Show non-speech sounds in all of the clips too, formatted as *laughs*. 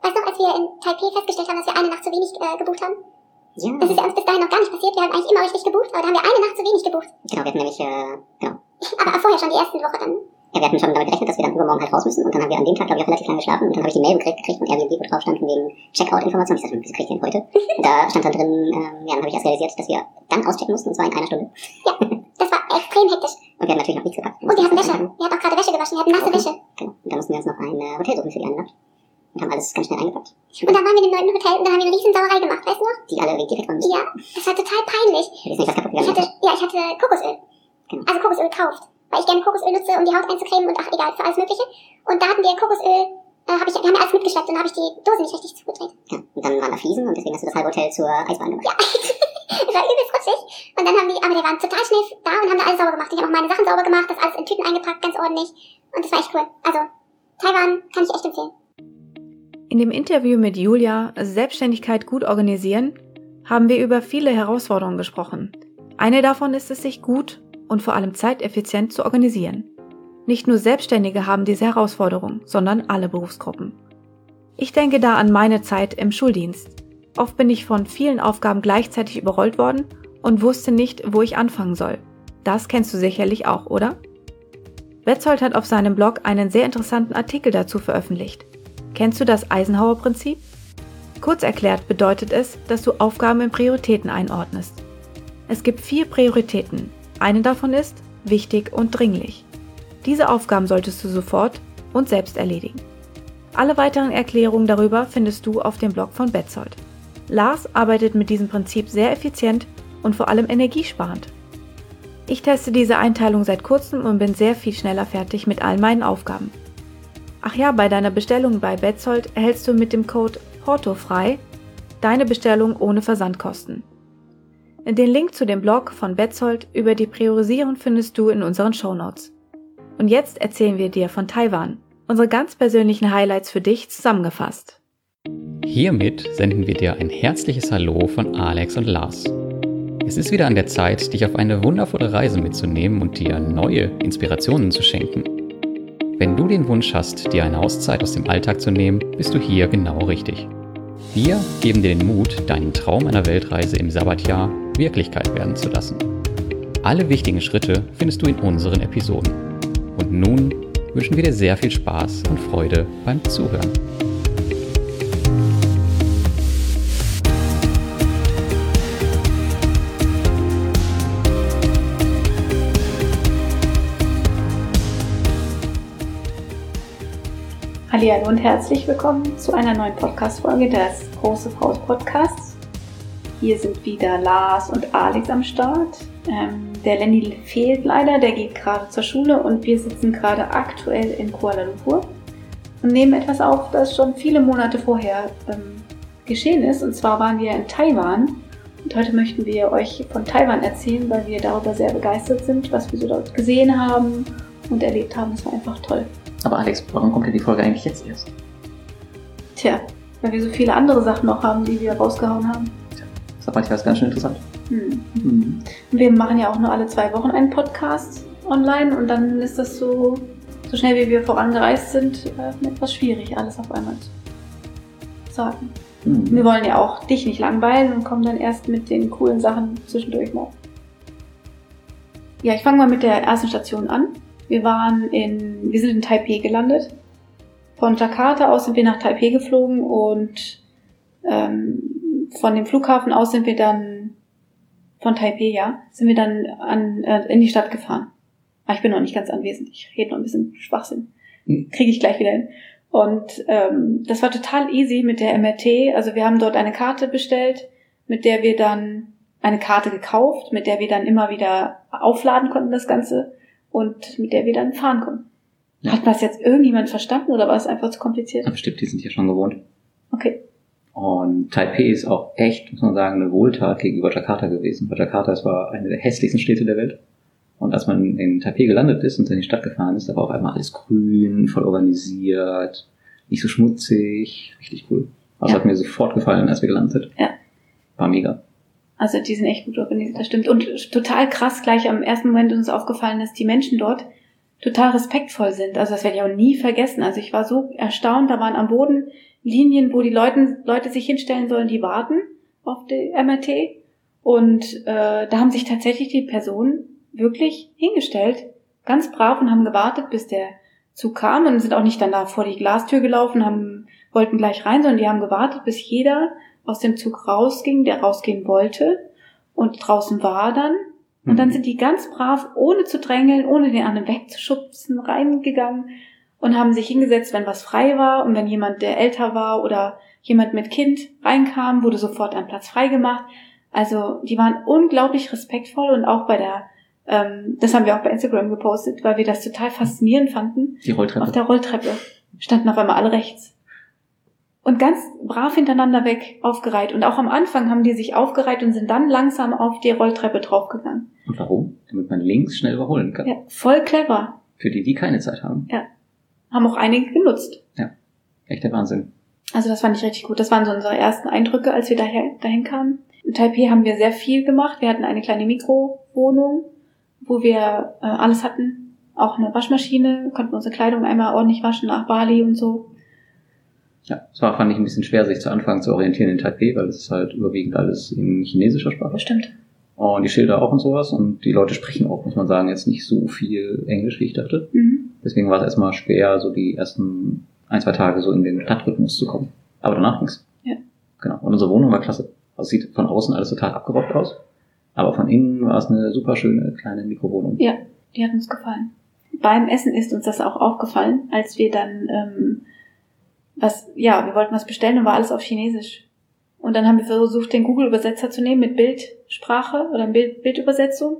als wir in Taipei festgestellt haben, dass wir eine Nacht zu wenig äh, gebucht haben. Ja, Das ist ja uns bis dahin noch gar nicht passiert. Wir haben eigentlich immer richtig gebucht, aber da haben wir eine Nacht zu wenig gebucht. *laughs* genau, wir hatten nämlich, äh, genau. Aber vorher schon die ersten Woche dann. Ja, wir hatten schon damit gerechnet, dass wir dann übermorgen halt raus müssen und dann haben wir an dem Tag, glaube ich, auch relativ lange geschlafen und dann habe ich die Mail gekriegt, gekriegt von Airbnb, wo drauf stand von wegen Checkout-Information. Ich dachte, wieso kriege ich den heute? Und da stand dann drin, ähm, ja, dann habe ich erst realisiert, dass wir dann auschecken mussten und zwar in einer Stunde. Das war extrem hektisch. Und wir hatten natürlich noch nichts gepackt. Und wir hatten Wäsche. Wir hatten auch gerade Wäsche gewaschen. Wir hatten nasse Wäsche. Genau. Und dann mussten wir uns noch ein äh, Hotel suchen für die eine Nacht und haben alles ganz schnell eingepackt. Und dann waren wir in einem neuen Hotel und dann haben wir eine riesen Sauerei gemacht, weißt du noch? Die alle wegen Defekt waren. Ja, das war total peinlich. Wir wissen nicht, was kaputt Ich gegangen hatte, ist. ja, ich hatte Kokosöl. Genau. Also Kokosöl gekauft. Weil ich gerne Kokosöl nutze, um die Haut einzucremen und ach, egal, für alles Mögliche. Und da hatten wir Kokosöl, äh, hab ich, wir haben ja alles mitgeschleppt und da habe ich die Dose nicht richtig zugedreht. Ja. Und dann waren da Fliesen und deswegen hast du das halbe Hotel zur Eisbahn gemacht. *laughs* Es war übelst rutschig. Und dann haben die, aber die waren total schnell da und haben da alles sauber gemacht. Ich habe auch meine Sachen sauber gemacht, das alles in Tüten eingepackt, ganz ordentlich. Und das war echt cool. Also, Taiwan kann ich echt empfehlen. In dem Interview mit Julia Selbstständigkeit gut organisieren haben wir über viele Herausforderungen gesprochen. Eine davon ist es, sich gut und vor allem zeiteffizient zu organisieren. Nicht nur Selbstständige haben diese Herausforderung, sondern alle Berufsgruppen. Ich denke da an meine Zeit im Schuldienst. Oft bin ich von vielen Aufgaben gleichzeitig überrollt worden und wusste nicht, wo ich anfangen soll. Das kennst du sicherlich auch, oder? Betzold hat auf seinem Blog einen sehr interessanten Artikel dazu veröffentlicht. Kennst du das Eisenhower-Prinzip? Kurz erklärt bedeutet es, dass du Aufgaben in Prioritäten einordnest. Es gibt vier Prioritäten. Eine davon ist wichtig und dringlich. Diese Aufgaben solltest du sofort und selbst erledigen. Alle weiteren Erklärungen darüber findest du auf dem Blog von Betzold. Lars arbeitet mit diesem Prinzip sehr effizient und vor allem energiesparend. Ich teste diese Einteilung seit kurzem und bin sehr viel schneller fertig mit all meinen Aufgaben. Ach ja, bei deiner Bestellung bei Betzold erhältst du mit dem Code PORTOFREI deine Bestellung ohne Versandkosten. Den Link zu dem Blog von Betzold über die Priorisierung findest du in unseren Shownotes. Und jetzt erzählen wir dir von Taiwan, unsere ganz persönlichen Highlights für dich zusammengefasst. Hiermit senden wir dir ein herzliches Hallo von Alex und Lars. Es ist wieder an der Zeit, dich auf eine wundervolle Reise mitzunehmen und dir neue Inspirationen zu schenken. Wenn du den Wunsch hast, dir eine Auszeit aus dem Alltag zu nehmen, bist du hier genau richtig. Wir geben dir den Mut, deinen Traum einer Weltreise im Sabbatjahr Wirklichkeit werden zu lassen. Alle wichtigen Schritte findest du in unseren Episoden. Und nun wünschen wir dir sehr viel Spaß und Freude beim Zuhören. Hallihallo und herzlich willkommen zu einer neuen Podcast-Folge des Große Fraus Podcasts. Hier sind wieder Lars und Alex am Start. Ähm, der Lenny fehlt leider, der geht gerade zur Schule und wir sitzen gerade aktuell in Kuala Lumpur und nehmen etwas auf, das schon viele Monate vorher ähm, geschehen ist. Und zwar waren wir in Taiwan und heute möchten wir euch von Taiwan erzählen, weil wir darüber sehr begeistert sind, was wir so dort gesehen haben und erlebt haben. Es war einfach toll. Aber Alex, warum kommt dir die Folge eigentlich jetzt erst? Tja, weil wir so viele andere Sachen noch haben, die wir rausgehauen haben. Sag mal, ich weiß ganz schön interessant. Hm. Mhm. Wir machen ja auch nur alle zwei Wochen einen Podcast online und dann ist das so, so schnell wie wir vorangereist sind, äh, etwas schwierig, alles auf einmal zu sagen. Mhm. Wir wollen ja auch dich nicht langweilen und kommen dann erst mit den coolen Sachen zwischendurch mal. Ja, ich fange mal mit der ersten Station an. Wir waren in, wir sind in Taipei gelandet. Von Jakarta aus sind wir nach Taipei geflogen und ähm, von dem Flughafen aus sind wir dann von Taipei, ja, sind wir dann an, äh, in die Stadt gefahren. Aber ich bin noch nicht ganz anwesend. Ich rede noch ein bisschen Schwachsinn. Kriege ich gleich wieder hin. Und ähm, das war total easy mit der MRT. Also wir haben dort eine Karte bestellt, mit der wir dann eine Karte gekauft, mit der wir dann immer wieder aufladen konnten das Ganze und mit der wir dann fahren konnten. Ja. Hat das jetzt irgendjemand verstanden oder war es einfach zu kompliziert? Ja, bestimmt, die sind hier schon gewohnt. Okay. Und Taipei ist auch echt, muss man sagen, eine Wohltat gegenüber Jakarta gewesen. Weil Jakarta es war eine der hässlichsten Städte der Welt. Und als man in Taipei gelandet ist und in die Stadt gefahren ist, da war auf einmal alles grün, voll organisiert, nicht so schmutzig, richtig cool. Also Ja. hat mir sofort gefallen, als wir gelandet sind. Ja. War mega. Also die sind echt gut organisiert, das stimmt. Und total krass, gleich am ersten Moment uns aufgefallen, dass die Menschen dort total respektvoll sind. Also das werde ich auch nie vergessen. Also ich war so erstaunt, da waren am Boden Linien, wo die Leute, Leute sich hinstellen sollen, die warten auf die MRT. Und äh, da haben sich tatsächlich die Personen wirklich hingestellt, ganz brav und haben gewartet, bis der Zug kam und sind auch nicht dann da vor die Glastür gelaufen, haben, wollten gleich rein, sondern die haben gewartet, bis jeder aus dem Zug rausging, der rausgehen wollte und draußen war dann. Und dann sind die ganz brav, ohne zu drängeln, ohne den anderen wegzuschubsen, reingegangen und haben sich hingesetzt, wenn was frei war und wenn jemand, der älter war oder jemand mit Kind reinkam, wurde sofort ein Platz frei gemacht. Also die waren unglaublich respektvoll und auch bei der, ähm, das haben wir auch bei Instagram gepostet, weil wir das total faszinierend fanden. Die Rolltreppe. Auf der Rolltreppe standen auf einmal alle rechts. Und ganz brav hintereinander weg aufgereiht. Und auch am Anfang haben die sich aufgereiht und sind dann langsam auf die Rolltreppe draufgegangen. Und warum? Damit man links schnell überholen kann. Ja, voll clever. Für die, die keine Zeit haben. Haben auch einige genutzt. Echter Wahnsinn. Also das fand ich richtig gut. Das waren so unsere ersten Eindrücke, als wir daher, dahin kamen. In Taipei haben wir sehr viel gemacht. Wir hatten eine kleine Mikrowohnung, wo wir äh, alles hatten. Auch eine Waschmaschine, konnten unsere Kleidung einmal ordentlich waschen nach Bali und so. Ja, es war, fand ich, ein bisschen schwer, sich zu Anfang zu orientieren in Taipei, weil es ist halt überwiegend alles in chinesischer Sprache. Bestimmt. Und die Schilder auch und sowas. Und die Leute sprechen auch, muss man sagen, jetzt nicht so viel Englisch, wie ich dachte. Mhm. Deswegen war es erstmal schwer, so die ersten ein, zwei Tage so in den Stadtrhythmus zu kommen. Aber danach ging's. Ja. Genau. Und unsere Wohnung war klasse. Also sieht von außen alles total abgerockt aus. Aber von innen war es eine super schöne kleine Mikrowohnung. Ja, die hat uns gefallen. Beim Essen ist uns das auch aufgefallen, als wir dann ähm, was, ja, wir wollten was bestellen und war alles auf Chinesisch. Und dann haben wir versucht, den Google-Übersetzer zu nehmen mit Bildsprache oder Bild, Bildübersetzung.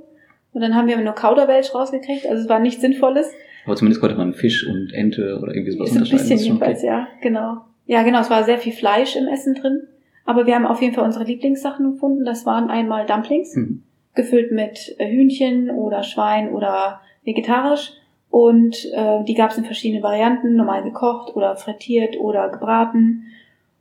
Und dann haben wir nur Kauderwelsch rausgekriegt, also es war nichts Sinnvolles. Aber zumindest konnte man Fisch und Ente oder irgendwie sowas So ein unterscheiden. bisschen Das ist schon jedenfalls, ja, genau. Ja, genau, es war sehr viel Fleisch im Essen drin. Aber wir haben auf jeden Fall unsere Lieblingssachen gefunden. Das waren einmal Dumplings, okay. Hm. gefüllt mit äh, Hühnchen oder Schwein oder vegetarisch. Und äh, die gab es in verschiedenen Varianten, normal gekocht oder frittiert oder gebraten.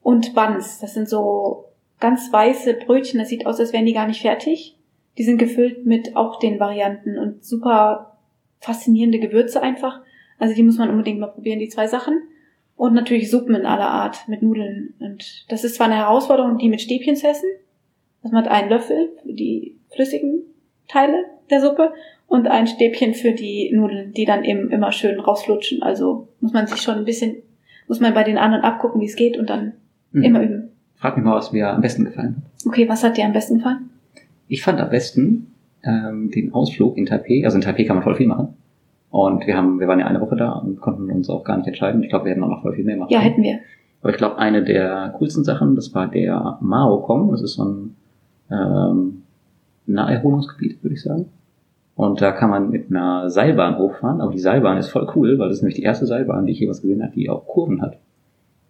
Und Buns, das sind so ganz weiße Brötchen, das sieht aus, als wären die gar nicht fertig. Die sind gefüllt mit auch den Varianten und super faszinierende Gewürze einfach. Also die muss man unbedingt mal probieren, die zwei Sachen. Und natürlich Suppen in aller Art mit Nudeln. Und das ist zwar eine Herausforderung, die mit Stäbchen zu essen, also man hat einen Löffel für die flüssigen Teile der Suppe und ein Stäbchen für die Nudeln, die dann eben immer schön rausflutschen. Also muss man sich schon ein bisschen, muss man bei den anderen abgucken, wie es geht und dann Hm. immer üben. Frag mich mal, was mir am besten gefallen hat. Okay, was hat dir am besten gefallen? Ich fand am besten ähm, den Ausflug in Taipei. Also in Taipei kann man voll viel machen. Und wir haben, wir waren ja eine Woche da und konnten uns auch gar nicht entscheiden. Ich glaube, wir hätten auch noch voll viel mehr machen Ja, können. hätten wir. Aber ich glaube, eine der coolsten Sachen, das war der Maokong. Das ist so ein ähm, Naherholungsgebiet, würde ich sagen. Und da kann man mit einer Seilbahn hochfahren. Aber die Seilbahn ist voll cool, weil das ist nämlich die erste Seilbahn, die ich jemals gesehen habe, die auch Kurven hat.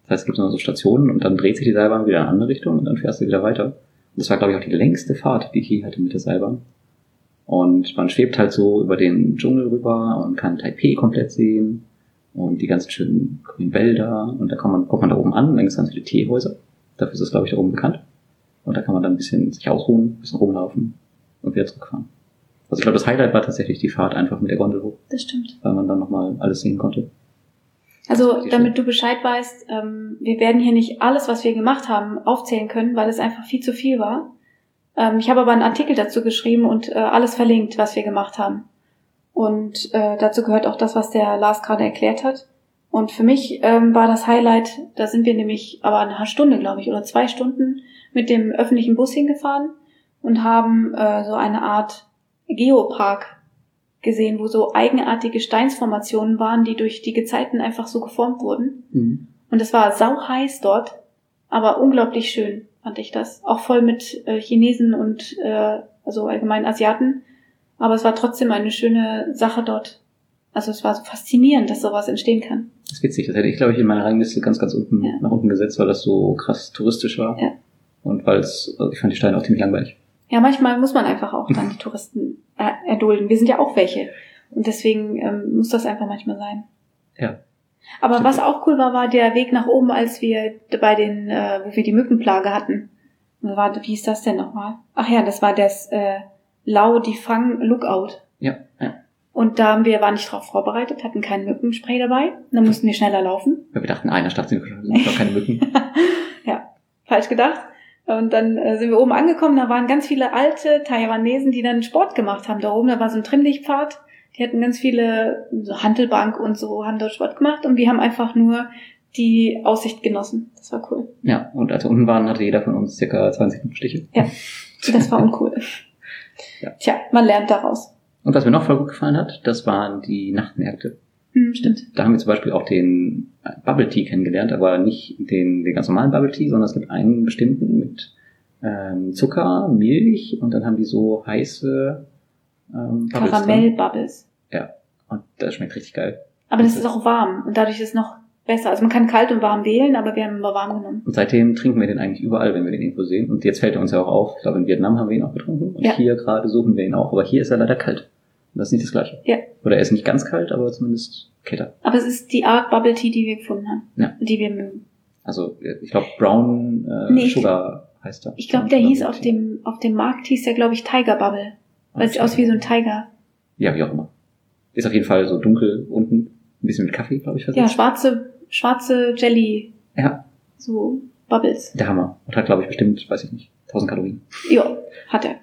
Das heißt, es gibt nur so Stationen und dann dreht sich die Seilbahn wieder in eine andere Richtung und dann fährst du wieder weiter. Und das war, glaube ich, auch die längste Fahrt, die ich je hatte mit der Seilbahn. Und man schwebt halt so über den Dschungel rüber und kann Taipei komplett sehen und die ganzen schönen grünen Wälder. Und da kann man, kommt man da oben an, und dann gibt es ganz viele Teehäuser. Dafür ist es, glaube ich, da oben bekannt. Und da kann man dann ein bisschen sich ausruhen, ein bisschen rumlaufen und wieder zurückfahren. Also ich glaube, das Highlight war tatsächlich die Fahrt einfach mit der Gondel hoch, Das stimmt. weil man dann nochmal alles sehen konnte. Also, Richtig damit du Bescheid weißt, ähm, wir werden hier nicht alles, was wir gemacht haben, aufzählen können, weil es einfach viel zu viel war. Ähm, ich habe aber einen Artikel dazu geschrieben und äh, alles verlinkt, was wir gemacht haben. Und äh, dazu gehört auch das, was der Lars gerade erklärt hat. Und für mich ähm, war das Highlight, da sind wir nämlich aber eine Stunde, glaube ich, oder zwei Stunden mit dem öffentlichen Bus hingefahren und haben äh, so eine Art Geopark gesehen, wo so eigenartige Steinsformationen waren, die durch die Gezeiten einfach so geformt wurden. Und es war sauheiß dort, aber unglaublich schön fand ich das. Auch voll mit äh, Chinesen und äh, also allgemein Asiaten. Aber es war trotzdem eine schöne Sache dort. Also es war so faszinierend, dass sowas entstehen kann. Das ist witzig, das hätte ich, glaube ich, in meiner Rangliste ganz, ganz unten Ja. nach unten gesetzt, weil das so krass touristisch war. Ja. Und weil es, also ich fand die Steine auch ziemlich langweilig. Ja, manchmal muss man einfach auch dann die Touristen äh, erdulden. Wir sind ja auch welche. Und deswegen ähm, muss das einfach manchmal sein. Ja. Aber was auch cool war, war der Weg nach oben, als wir bei den, äh, wo wir die Mückenplage hatten. War, wie hieß das denn nochmal? Ach ja, das war das äh, Lau Di Fang Lookout. Ja, ja. Und da haben wir, waren nicht darauf vorbereitet, hatten kein Mückenspray dabei. Dann mussten wir schneller laufen. Weil wir dachten, einer Stadt sind noch keine Mücken. *laughs* ja, falsch gedacht. Und dann äh, sind wir oben angekommen, da waren ganz viele alte Taiwanesen, die dann Sport gemacht haben. Da oben, da war so ein Trimmlichtpfad. Die hatten ganz viele, so Handelbank und so, haben dort Sport gemacht. Und wir haben einfach nur die Aussicht genossen. Das war cool. Ja, und als wir unten waren, hatte jeder von uns circa 20 Stiche. Ja. Das war uncool. *laughs* Ja. Tja, man lernt daraus. Und was mir noch voll gut gefallen hat, das waren die Nachtmärkte. Hm, stimmt. Da haben wir zum Beispiel auch den äh, Bubble Tea kennengelernt, aber nicht den, den ganz normalen Bubble Tea, sondern es gibt einen bestimmten mit ähm, Zucker, Milch und dann haben die so heiße ähm, Bubbles Drin. Karamellbubbles. Und das schmeckt richtig geil. Aber das ist auch warm und dadurch ist es noch besser. Also man kann kalt und warm wählen, aber wir haben immer warm genommen. Und seitdem trinken wir den eigentlich überall, wenn wir den irgendwo sehen. Und jetzt fällt er uns ja auch auf. Ich glaube, in Vietnam haben wir ihn auch getrunken. Und Ja. hier gerade suchen wir ihn auch. Aber hier ist er leider kalt. Und das ist nicht das Gleiche. Ja. Oder er ist nicht ganz kalt, aber zumindest ketter. Aber es ist die Art Bubble Tea, die wir gefunden haben. Ja. Die wir mögen. Also ich glaube Brown äh, Nee, ich- Sugar heißt er. Ich glaube, Brown der Sugar hieß Milk auf Tea. dem, auf dem Markt hieß der, glaube ich, Tiger Bubble. Weil es Okay. aus wie so ein Tiger. Ja, wie auch immer. Ist auf jeden Fall so dunkel unten. Ein bisschen mit Kaffee, glaube Also ich, Ja, versetzt. schwarze, schwarze Jelly, Ja. ja, so Bubbles. der Hammer. Und hat, glaube ich, bestimmt, weiß ich nicht, 1000 Kalorien. Ja, hat er.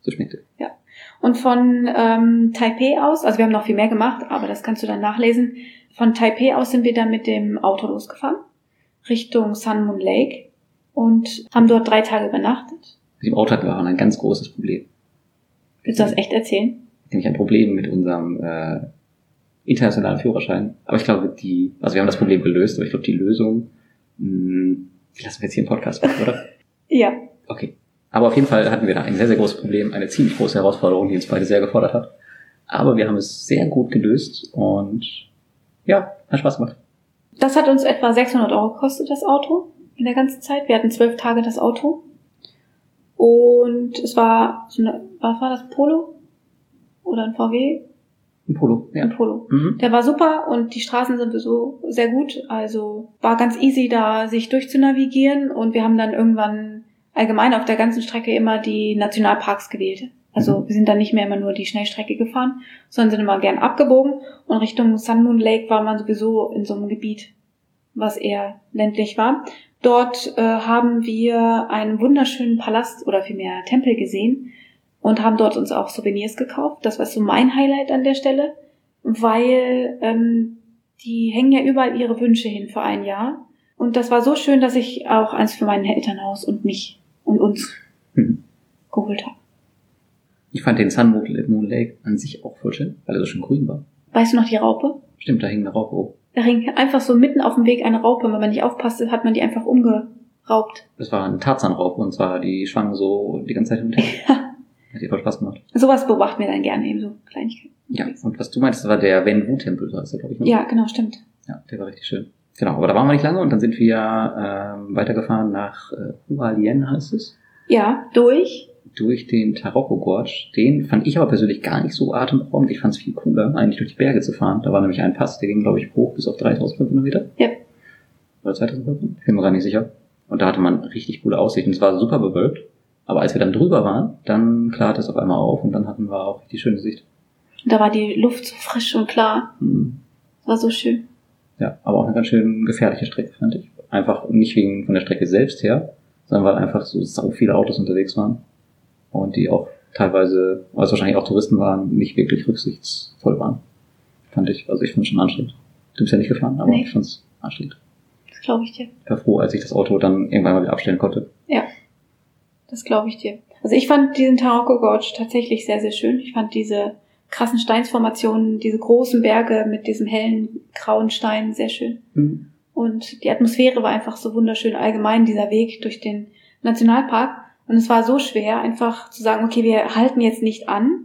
So schmeckt er. Und von ähm, Taipei aus, also wir haben noch viel mehr gemacht, aber das kannst du dann nachlesen. Von Taipei aus sind wir dann mit dem Auto losgefahren, Richtung Sun Moon Lake und haben dort drei Tage übernachtet. Mit dem Auto hatten wir auch ein ganz großes Problem. Willst Mhm. du das echt erzählen? Nämlich ein Problem mit unserem äh, internationalen Führerschein. Aber ich glaube, die, also wir haben das Problem gelöst, aber ich glaube, die Lösung, mh, die lassen wir jetzt hier im Podcast machen, oder? Ja. Okay. Aber auf jeden Fall hatten wir da ein sehr, sehr großes Problem, eine ziemlich große Herausforderung, die uns beide sehr gefordert hat. Aber wir haben es sehr gut gelöst und ja, hat Spaß gemacht. Das hat uns etwa 600 Euro gekostet, das Auto, in der ganzen Zeit. Wir hatten zwölf Tage das Auto. Und es war so eine, was war das, Polo? Oder ein VW? Ein Polo, ja. Ein Polo. Mhm. Der war super und die Straßen sind so sehr gut. Also war ganz easy, da sich durchzunavigieren. Und wir haben dann irgendwann allgemein auf der ganzen Strecke immer die Nationalparks gewählt. Also Mhm. wir sind dann nicht mehr immer nur die Schnellstrecke gefahren, sondern sind immer gern abgebogen. Und Richtung Sun Moon Lake war man sowieso in so einem Gebiet, was eher ländlich war. Dort äh, haben wir einen wunderschönen Palast oder vielmehr Tempel gesehen und haben dort uns auch Souvenirs gekauft. Das war so mein Highlight an der Stelle weil ähm, die hängen ja überall ihre Wünsche hin für ein Jahr. Und das war so schön, dass ich auch eins für mein Elternhaus und mich und uns Mhm. geholt habe. Ich fand den Sun Moon Lake an sich auch voll schön, weil er so schön grün war. Weißt du noch die Raupe? Stimmt, da hing eine Raupe oben. Da hing einfach so mitten auf dem Weg eine Raupe. Wenn man nicht aufpasste, hat man die einfach umgeraubt. Das war eine Tarzanraupe und zwar die schwang so die ganze Zeit im Teppich. Hat dir voll Spaß gemacht. Sowas beobachten wir dann gerne, eben so Kleinigkeiten. Ja, und was du meinst, war der Wen Wu Tempel, so heißt der, glaube ich. ne? Ja, genau, stimmt. Ja, der war richtig schön. Genau, aber da waren wir nicht lange und dann sind wir ähm, weitergefahren nach äh, Hualien, heißt es. Ja, durch. durch den Taroko Gorge. Den fand ich aber persönlich gar nicht so atemberaubend. Ich fand es viel cooler, eigentlich durch die Berge zu fahren. Da war nämlich ein Pass, der ging, glaube ich, hoch bis auf 3500 Meter. Ja. Oder 2500? Ich bin mir gar nicht sicher. Und da hatte man richtig coole Aussicht. Und es war super bewölkt. Aber als wir dann drüber waren, dann klarte es auf einmal auf und dann hatten wir auch richtig schöne Sicht. Und da war die Luft so frisch und klar. Hm. War so schön. Ja, aber auch eine ganz schön gefährliche Strecke, fand ich. Einfach nicht wegen von der Strecke selbst her, sondern weil einfach so sau viele Autos unterwegs waren und die auch teilweise, also wahrscheinlich auch Touristen waren, nicht wirklich rücksichtsvoll waren. Fand ich. Also ich fand schon anstrengend. Du bist ja nicht gefahren, aber Nee. ich fand es anstrengend. Das glaube ich dir. Ich war froh, als ich das Auto dann irgendwann mal wieder abstellen konnte. Das glaube ich dir. Also ich fand diesen Taroko Gorge tatsächlich sehr, sehr schön. Ich fand diese krassen Steinsformationen, diese großen Berge mit diesem hellen, grauen Stein sehr schön. Und die Atmosphäre war einfach so wunderschön allgemein, dieser Weg durch den Nationalpark. Und es war so schwer, einfach zu sagen, okay, wir halten jetzt nicht an,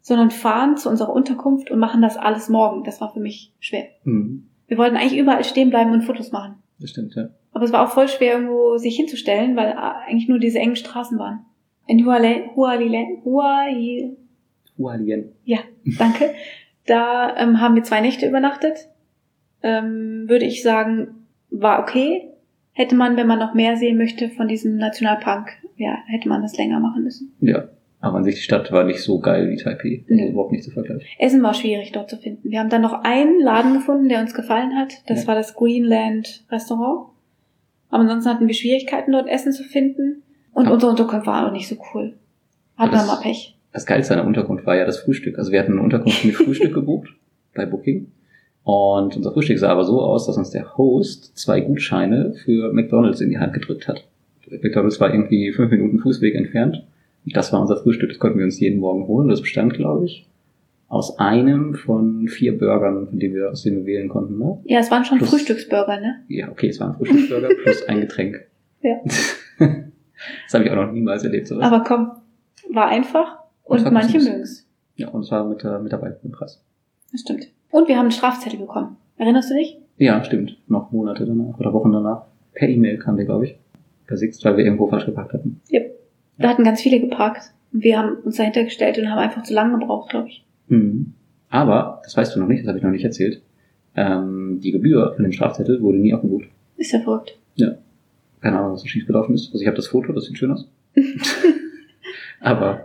sondern fahren zu unserer Unterkunft und machen das alles morgen. Das war für mich schwer. Mhm. Wir wollten eigentlich überall stehen bleiben und Fotos machen. Das stimmt, ja. Aber es war auch voll schwer, irgendwo sich hinzustellen, weil äh, eigentlich nur diese engen Straßen waren. In Hualien, Hualien, Hualien, Hualien. danke. Da ähm, haben wir zwei Nächte übernachtet. Ähm, würde ich sagen, war okay. Hätte man, wenn man noch mehr sehen möchte von diesem Nationalpark, ja, hätte man das länger machen müssen. Ja. Aber an sich, die Stadt war nicht so geil wie Taipei. Nee. Also überhaupt nicht zu vergleichen. Essen war schwierig dort zu finden. Wir haben dann noch einen Laden gefunden, der uns gefallen hat. Das Ja. war das Greenland Restaurant. Aber ansonsten hatten wir Schwierigkeiten, dort Essen zu finden. Und Ja. unsere Unterkunft war auch nicht so cool. Hatten wir Das- mal Pech. Das Geilste an der Unterkunft war ja das Frühstück. Also wir hatten eine Unterkunft mit *laughs* Frühstück gebucht bei Booking. Und unser Frühstück sah aber so aus, dass uns der Host zwei Gutscheine für McDonalds in die Hand gedrückt hat. McDonalds war irgendwie fünf Minuten Fußweg entfernt. Und Das war unser Frühstück, das konnten wir uns jeden Morgen holen. Das bestand, glaube ich, aus einem von vier Burgern, von denen wir, aus denen wir wählen konnten. Ne? Ja, es waren schon Das- Frühstücksburger, ne? Ja, okay, es war ein *laughs* Frühstücksburger plus ein Getränk. Ja. *laughs* Das habe ich auch noch niemals erlebt, sowas. Aber komm, war einfach. Und Und hat manche uns- mögen's. ja, und es war mit, äh, mit dabei im Preis. Das stimmt. Und wir haben einen Strafzettel bekommen. Erinnerst du dich? Ja, stimmt. Noch Monate danach oder Wochen danach. Per E-Mail kam der, glaube ich. Versixt, weil wir irgendwo falsch gepackt hatten. Da hatten ganz viele geparkt. Und wir haben uns dahinter gestellt und haben einfach zu lange gebraucht, glaube ich. Mhm. Aber, das weißt du noch nicht, das habe ich noch nicht erzählt. Ähm, die Gebühr von dem Strafzettel wurde nie abgebucht. Ist ja verrückt. Keine Ahnung, was da schiefgelaufen ist. Also ich habe das Foto, das sieht schön *laughs* aus. Aber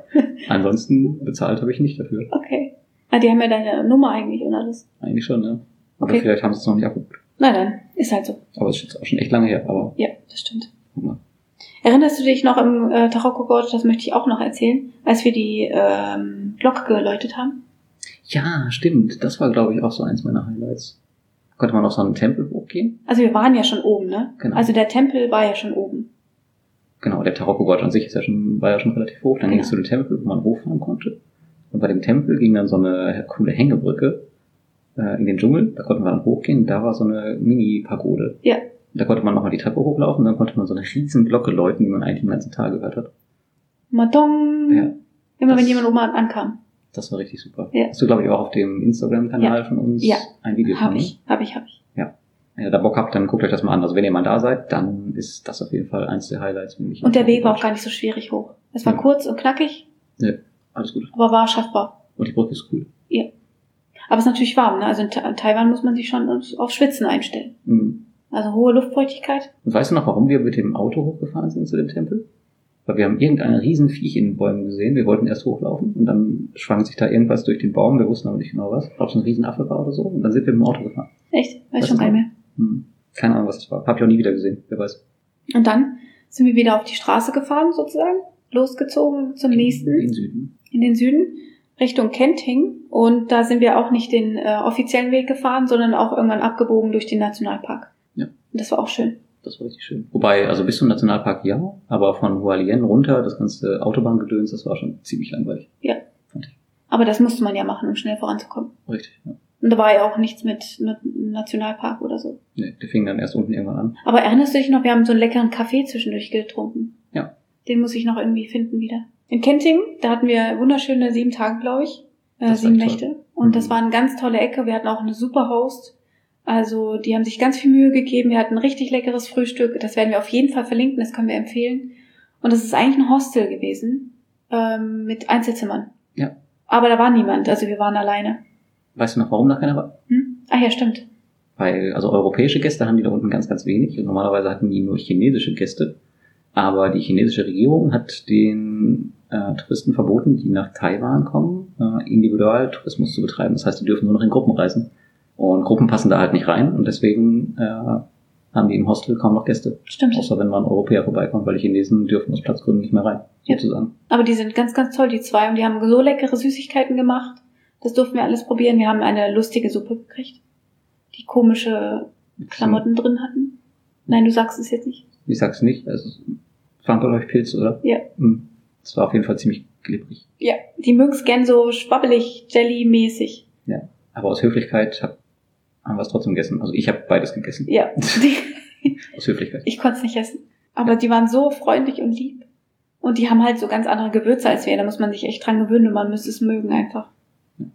ansonsten bezahlt habe ich nicht dafür. Okay. Ah, die haben ja deine Nummer eigentlich und alles. Eigentlich schon, ne? Aber Okay. vielleicht haben sie es noch nicht abgebucht. Na dann, ist halt so. Aber es ist jetzt auch schon echt lange her. Aber Ja, das stimmt. guck mal. Erinnerst du dich noch im äh, Taroko Gorge, das möchte ich auch noch erzählen, als wir die ähm, Glocke geläutet haben? Ja, stimmt. Das war, glaube ich, auch so eins meiner Highlights. Konnte man auf so einen Tempel hochgehen? Also wir waren ja schon oben, ne? Genau. Also der Tempel war ja schon oben. Genau, der Taroko-Gott an sich ist ja schon, war ja schon relativ hoch. Dann ging es zu dem Tempel, wo man hochfahren konnte. Und bei dem Tempel ging dann so eine coole Hängebrücke äh, in den Dschungel. Da konnten wir dann hochgehen. Da war so eine Mini-Pagode. Ja. Da konnte man nochmal die Treppe hochlaufen. Dann konnte man so eine riesen Glocke läuten, die man eigentlich den ganzen Tag gehört hat. Madong! Ja. Immer Das- wenn jemand oben an- ankam. Das war richtig super. Ja. Hast du, glaube ich, auch auf dem Instagram-Kanal von uns Ja. ein Video Hab von, ne? ich, hab ich, hab ich. Wenn ihr da Bock habt, dann guckt euch das mal an. Also wenn ihr mal da seid, dann ist das auf jeden Fall eins der Highlights für mich. Und der Weg war auch gar nicht so schwierig hoch. Es war Ja. kurz und knackig, Alles gut. aber war schaffbar. Und die Brücke ist cool. Aber es ist natürlich warm, ne? Also in, Ta- in Taiwan muss man sich schon auf- auf Schwitzen einstellen. Mhm. Also hohe Luftfeuchtigkeit. Und weißt du noch, warum wir mit dem Auto hochgefahren sind zu dem Tempel? Weil wir haben irgendein Riesenviech in den Bäumen gesehen. Wir wollten erst hochlaufen und dann schwang sich da irgendwas durch den Baum. Wir wussten aber nicht genau was. Ob es ein Riesenaffe war oder so. Und dann sind wir mit dem Auto gefahren. Echt? Weiß Weiß schon ich gar nicht noch. mehr. Hm. Keine Ahnung, was das war. Hab ich auch nie wieder gesehen. Wer weiß. Und dann sind wir wieder auf die Straße gefahren, sozusagen, losgezogen zum In den nächsten, Süden. in den Süden, Richtung Kenting. Und da sind wir auch nicht den äh, offiziellen Weg gefahren, sondern auch irgendwann abgebogen durch den Nationalpark. Ja. Und das war auch schön. Das war richtig schön. Wobei, also bis zum Nationalpark ja, aber von Hualien runter, das ganze Autobahngedöns, das war schon ziemlich langweilig. Aber das musste man ja machen, um schnell voranzukommen. Richtig, ja. Und da war ja auch nichts mit, mit Nationalpark oder so. Nee, der fing dann erst unten irgendwann an. Aber erinnerst du dich noch, wir haben so einen leckeren Kaffee zwischendurch getrunken. Ja. Den muss ich noch irgendwie finden wieder. In Kenting, da hatten wir wunderschöne sieben Tage, glaube ich. Äh, Das war sieben toll. Nächte. Und Mhm. das war eine ganz tolle Ecke. Wir hatten auch eine super Host. Also die haben sich ganz viel Mühe gegeben. Wir hatten ein richtig leckeres Frühstück. Das werden wir auf jeden Fall verlinken. Das können wir empfehlen. Und das ist eigentlich ein Hostel gewesen ähm, mit Einzelzimmern. Ja. Aber da war niemand. Also wir waren alleine. Weißt du noch, warum da keiner war? Hm? Ach ja, stimmt. Weil, also europäische Gäste haben die da unten ganz, ganz wenig. Und normalerweise hatten die nur chinesische Gäste. Aber die chinesische Regierung hat den äh, Touristen verboten, die nach Taiwan kommen, äh, Individualtourismus zu betreiben. Das heißt, die dürfen nur noch in Gruppen reisen. Und Gruppen passen da halt nicht rein. Und deswegen äh, haben die im Hostel kaum noch Gäste. Stimmt. Außer wenn mal ein Europäer vorbeikommt, weil die Chinesen dürfen aus Platzgründen nicht mehr rein, Ja. sozusagen. Aber die sind ganz, ganz toll, die zwei. Und die haben so leckere Süßigkeiten gemacht. Das durften wir alles probieren. Wir haben eine lustige Suppe gekriegt, die komische Klamotten drin hatten. Nein, du sagst es jetzt nicht. Ich sag's nicht. Also, es waren, glaube ich, Pilze, oder? Ja. Hm. Es war auf jeden Fall ziemlich glibberig. Ja, die mögen's gern so schwabbelig, jelly-mäßig. Aber aus Höflichkeit hab, haben wir es trotzdem gegessen. Also ich habe beides gegessen. Ja, Aus Höflichkeit. ich konnte es nicht essen. Aber die waren so freundlich und lieb. Und die haben halt so ganz andere Gewürze als wir. Da muss man sich echt dran gewöhnen und man müsste es mögen einfach.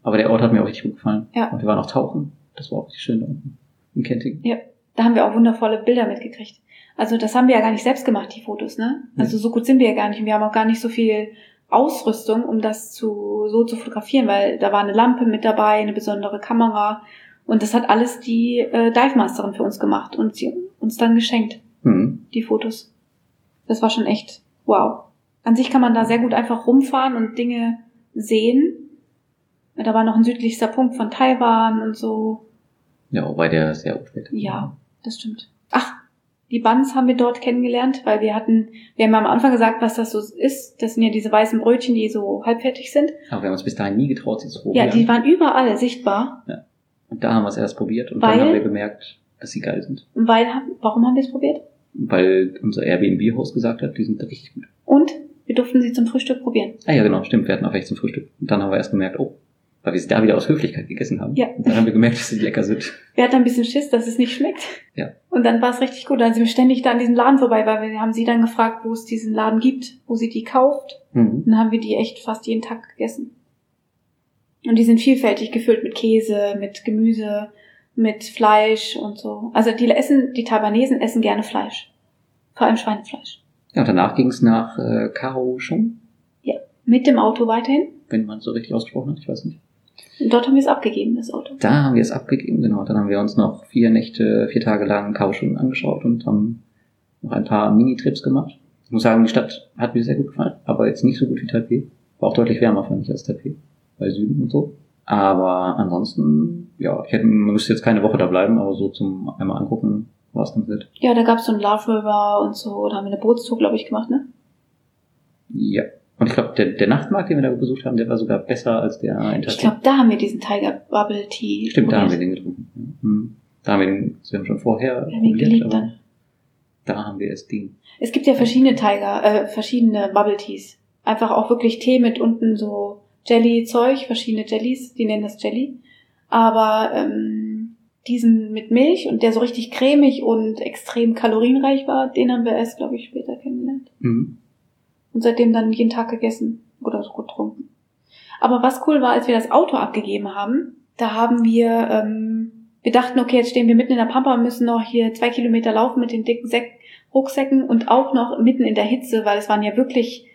Aber der Ort hat mir auch richtig gut gefallen. Ja. Und wir waren auch tauchen. Das war auch richtig schön da unten. In Kenting. da haben wir auch wundervolle Bilder mitgekriegt. Also das haben wir ja gar nicht selbst gemacht, die Fotos, ne? Also so gut sind wir ja gar nicht. Und wir haben auch gar nicht so viel Ausrüstung, um das zu, so zu fotografieren, weil da war eine Lampe mit dabei, eine besondere Kamera. Und das hat alles die äh, Dive Masterin für uns gemacht und sie uns dann geschenkt, Hm. die Fotos. Das war schon echt wow. An sich kann man da sehr gut einfach rumfahren und Dinge sehen. Da war noch ein südlichster Punkt von Taiwan und so. Ja, wobei der sehr umfällt. Ja, das stimmt. Ach, die Buns haben wir dort kennengelernt, weil wir hatten, wir haben am Anfang gesagt, was das so ist. Das sind ja diese weißen Brötchen, die so halbfertig sind. Aber wir haben uns bis dahin nie getraut, sie zu Ja, probieren. die waren überall sichtbar. und da haben wir es erst probiert und Weil- dann haben wir bemerkt, dass sie geil sind. Weil, warum haben wir es probiert? Weil unser Airbnb-Host gesagt hat, die sind richtig gut. Und wir durften sie zum Frühstück probieren. Ah ja, genau, stimmt, wir hatten auch echt zum Frühstück. Und dann haben wir erst gemerkt, oh, weil wir sie da wieder aus Höflichkeit gegessen haben. Ja. Und dann haben wir gemerkt, dass sie lecker sind. Wir hatten ein bisschen Schiss, dass es nicht schmeckt. Ja. Und dann war es richtig gut. Dann sind wir ständig da an diesem Laden vorbei, weil wir haben sie dann gefragt, wo es diesen Laden gibt, wo sie die kauft. Mhm. Und dann haben wir die echt fast jeden Tag gegessen. Und die sind vielfältig gefüllt mit Käse, mit Gemüse, mit Fleisch und so. Also die essen, die Taiwanesen essen gerne Fleisch. Vor allem Schweinefleisch. Ja, und danach ging es nach äh, Kaohsiung, Mit dem Auto weiterhin. wenn man so richtig ausgesprochen hat, ich weiß nicht. Und dort haben wir es abgegeben, das Auto. Da haben wir es abgegeben, genau. Dann haben wir uns noch vier Nächte, vier Tage lang Kaohsiung angeschaut und haben noch ein paar Mini-Trips gemacht. Ich muss sagen, die Stadt hat mir sehr gut gefallen, aber jetzt nicht so gut wie Taipei. War auch deutlich wärmer, fand ich, als Taipei. Bei Süden und so. Aber ansonsten, ja, ich hätte, man müsste jetzt keine Woche da bleiben, aber so zum einmal angucken, war es ganz nett. Ja, da gab es so einen Love River und so. Da haben wir eine Bootstour, glaube ich, gemacht, ne? Ja. Und ich glaube, der, der Nachtmarkt, den wir da besucht haben, der war sogar besser als der in Ich Taipei. glaube, da haben wir diesen Tiger Bubble Tea. Stimmt, da haben wir probiert. den getrunken. ja. Hm. Da haben wir den, wir haben schon vorher Wir haben ihn probiert, geliebt aber dann. da haben wir es den. Es gibt ja verschiedene Tiger, äh, verschiedene Bubble Teas. Einfach auch wirklich Tee mit unten so Jelly-Zeug, verschiedene Jellies, die nennen das Jelly. Aber ähm, diesen mit Milch und der so richtig cremig und extrem kalorienreich war, den haben wir erst, glaube ich, später kennengelernt. Mhm. Und seitdem dann jeden Tag gegessen oder so getrunken. Aber was cool war, als wir das Auto abgegeben haben, da haben wir, ähm, wir dachten, okay, jetzt stehen wir mitten in der Pampa und müssen noch hier zwei Kilometer laufen mit den dicken Säck Rucksäcken und auch noch mitten in der Hitze, weil es waren ja wirklich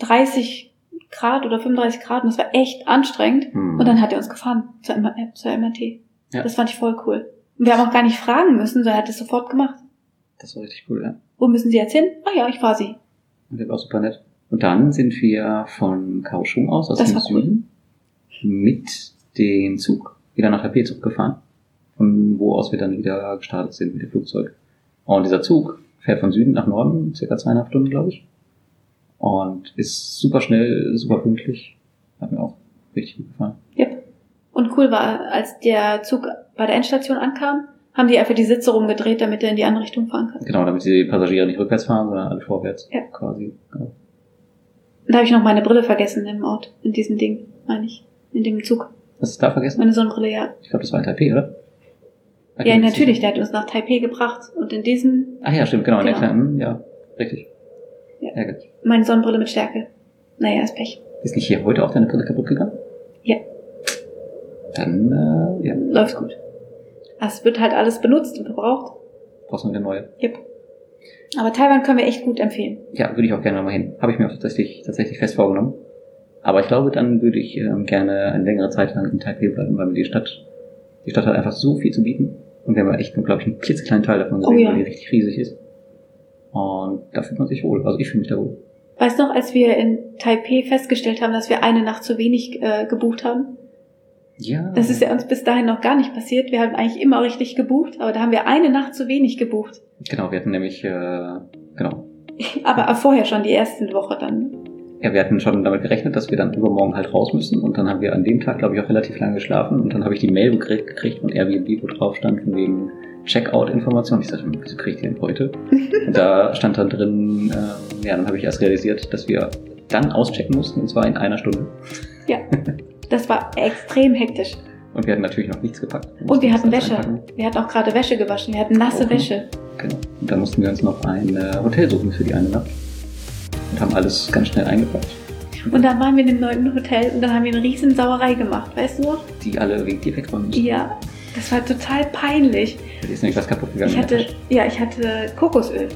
30 Grad oder 35 Grad und das war echt anstrengend. Mhm. Und dann hat er uns gefahren zur, M äh, zur MAT. Ja. Das fand ich voll cool. Und wir haben auch gar nicht fragen müssen, sondern er hat es sofort gemacht. das war richtig cool, ja. Wo müssen Sie jetzt hin? Ah ja, ich fahre Sie. Und der war auch super nett. Und dann sind wir von Kaohsiung aus, aus Das dem war cool. Süden, mit dem Zug wieder nach Taipei zurückgefahren. Von wo aus wir dann wieder gestartet sind mit dem Flugzeug. Und dieser Zug fährt von Süden nach Norden, circa zweieinhalb Stunden, glaube ich. Und ist super schnell, super pünktlich. Hat mir auch richtig gut gefallen. Yep. Und cool war, als der Zug bei der Endstation ankam, haben die einfach die Sitze rumgedreht, damit er in die andere Richtung fahren kann. Genau, damit die Passagiere nicht rückwärts fahren, sondern alle vorwärts Ja. quasi. Genau. Und da habe ich noch meine Brille vergessen im Ort, in diesem Ding, meine ich. In dem Zug. Hast du es da vergessen? Meine Sonnenbrille, ja. Ich glaube, das war in Taipei, oder? Da Ja, kann ich- natürlich, der hat uns nach Taipei gebracht. Und in diesem, Ach ja, stimmt, genau, in der Genau. kleinen, ja, richtig. Ja. Ärgerlich. meine Sonnenbrille mit Stärke. Naja, ist Pech. Ist nicht hier heute auch deine Brille kaputt gegangen? Ja. Dann, äh, ja, Läuft gut. Also es wird halt alles benutzt und verbraucht. brauchst du eine neue. Yep. Aber Taiwan können wir echt gut empfehlen. Ja, würde ich auch gerne mal hin. Habe ich mir auch tatsächlich, tatsächlich fest vorgenommen. Aber ich glaube, dann würde ich ähm, gerne eine längere Zeit lang in Taipei bleiben, weil mir die Stadt, die Stadt hat einfach so viel zu bieten. Und wir haben ja echt, glaube ich, einen klitzekleinen Teil davon gesehen, Oh ja. weil die richtig riesig ist. Und da fühlt man sich wohl. Also ich fühle mich da wohl. Weißt du noch, als wir in Taipei festgestellt haben, dass wir eine Nacht zu wenig äh, gebucht haben? Ja. Das ist ja uns bis dahin noch gar nicht passiert. Wir haben eigentlich immer richtig gebucht, aber da haben wir eine Nacht zu wenig gebucht. Genau, wir hatten nämlich, äh, genau, Aber vorher schon die erste Woche dann. Ja, wir hatten schon damit gerechnet, dass wir dann übermorgen halt raus müssen und dann haben wir an dem Tag, glaube ich, auch relativ lange geschlafen und dann habe ich die Mail gekrie- gekriegt von Airbnb, wo drauf stand von wegen Checkout-Information. Ich dachte, wieso kriege ich die denn *laughs* heute? Und da stand dann drin, ähm, ja, dann habe ich erst realisiert, dass wir dann auschecken mussten und zwar in einer Stunde. Das war extrem hektisch. Und wir hatten natürlich noch nichts gepackt. Und wir Mussten hatten das Wäsche. einpacken. Wir hatten auch gerade Wäsche gewaschen. Wir hatten nasse Okay. Wäsche. Genau. Und dann mussten wir uns noch ein äh, Hotel suchen für die eine Nacht und haben alles ganz schnell eingepackt. Und dann waren wir in einem neuen Hotel und dann haben wir eine riesen Sauerei gemacht, weißt du noch? Die alle wegen dir wegräumen mussten. Ja, das war total peinlich. Da ist nämlich was kaputt gegangen. Ich in der hatte, ja, ich hatte Kokosöl.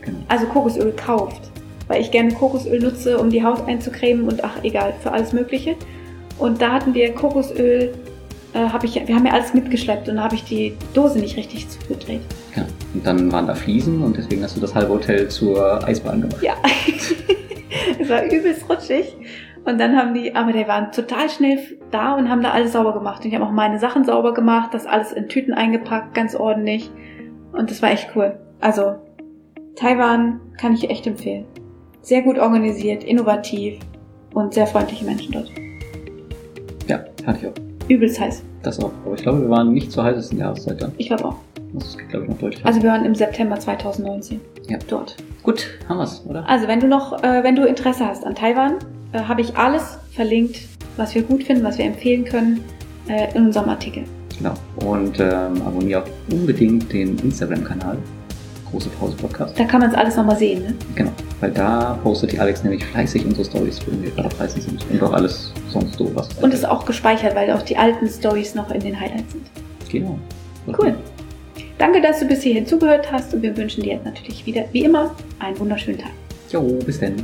Genau. Also Kokosöl gekauft, weil ich gerne Kokosöl nutze, um die Haut einzucremen und ach egal, für alles Mögliche. Und da hatten wir Kokosöl, äh, hab ich, wir haben ja alles mitgeschleppt und da habe ich die Dose nicht richtig zugedreht. Ja, und dann waren da Fliesen und deswegen hast du das halbe Hotel zur Eisbahn gemacht. Ja. *laughs* Es war übelst rutschig. Und dann haben die, aber die waren total schnell da und haben da alles sauber gemacht. Und ich habe auch meine Sachen sauber gemacht, das alles in Tüten eingepackt, ganz ordentlich. Und das war echt cool. Also, Taiwan kann ich echt empfehlen. Sehr gut organisiert, innovativ und sehr freundliche Menschen dort. Ja, hatte ich auch. Übelst heiß. Das auch. Aber ich glaube, wir waren nicht zur heißesten Jahreszeit dann. Ich glaube auch. Das geht, glaube ich, noch deutlich. Also wir waren im September 2019 Ja. dort. gut, haben wir's, oder? Also wenn du noch, äh, wenn du Interesse hast an Taiwan, äh, habe ich alles verlinkt, was wir gut finden, was wir empfehlen können, äh, in unserem Artikel. Genau. Und ähm, abonniere auch unbedingt den Instagram-Kanal. Große Pause Podcast. Da kann man es alles nochmal sehen. Ne? Genau. Weil da postet die Alex nämlich fleißig unsere Stories, wenn wir gerade auf Reisen sind. Und auch alles sonst so was. Und ist auch gespeichert, weil auch die alten Stories noch in den Highlights sind. Genau. Oder? Cool. Danke, dass du bis hierhin zugehört hast und wir wünschen dir jetzt natürlich wieder, wie immer, einen wunderschönen Tag. Jo, bis dann.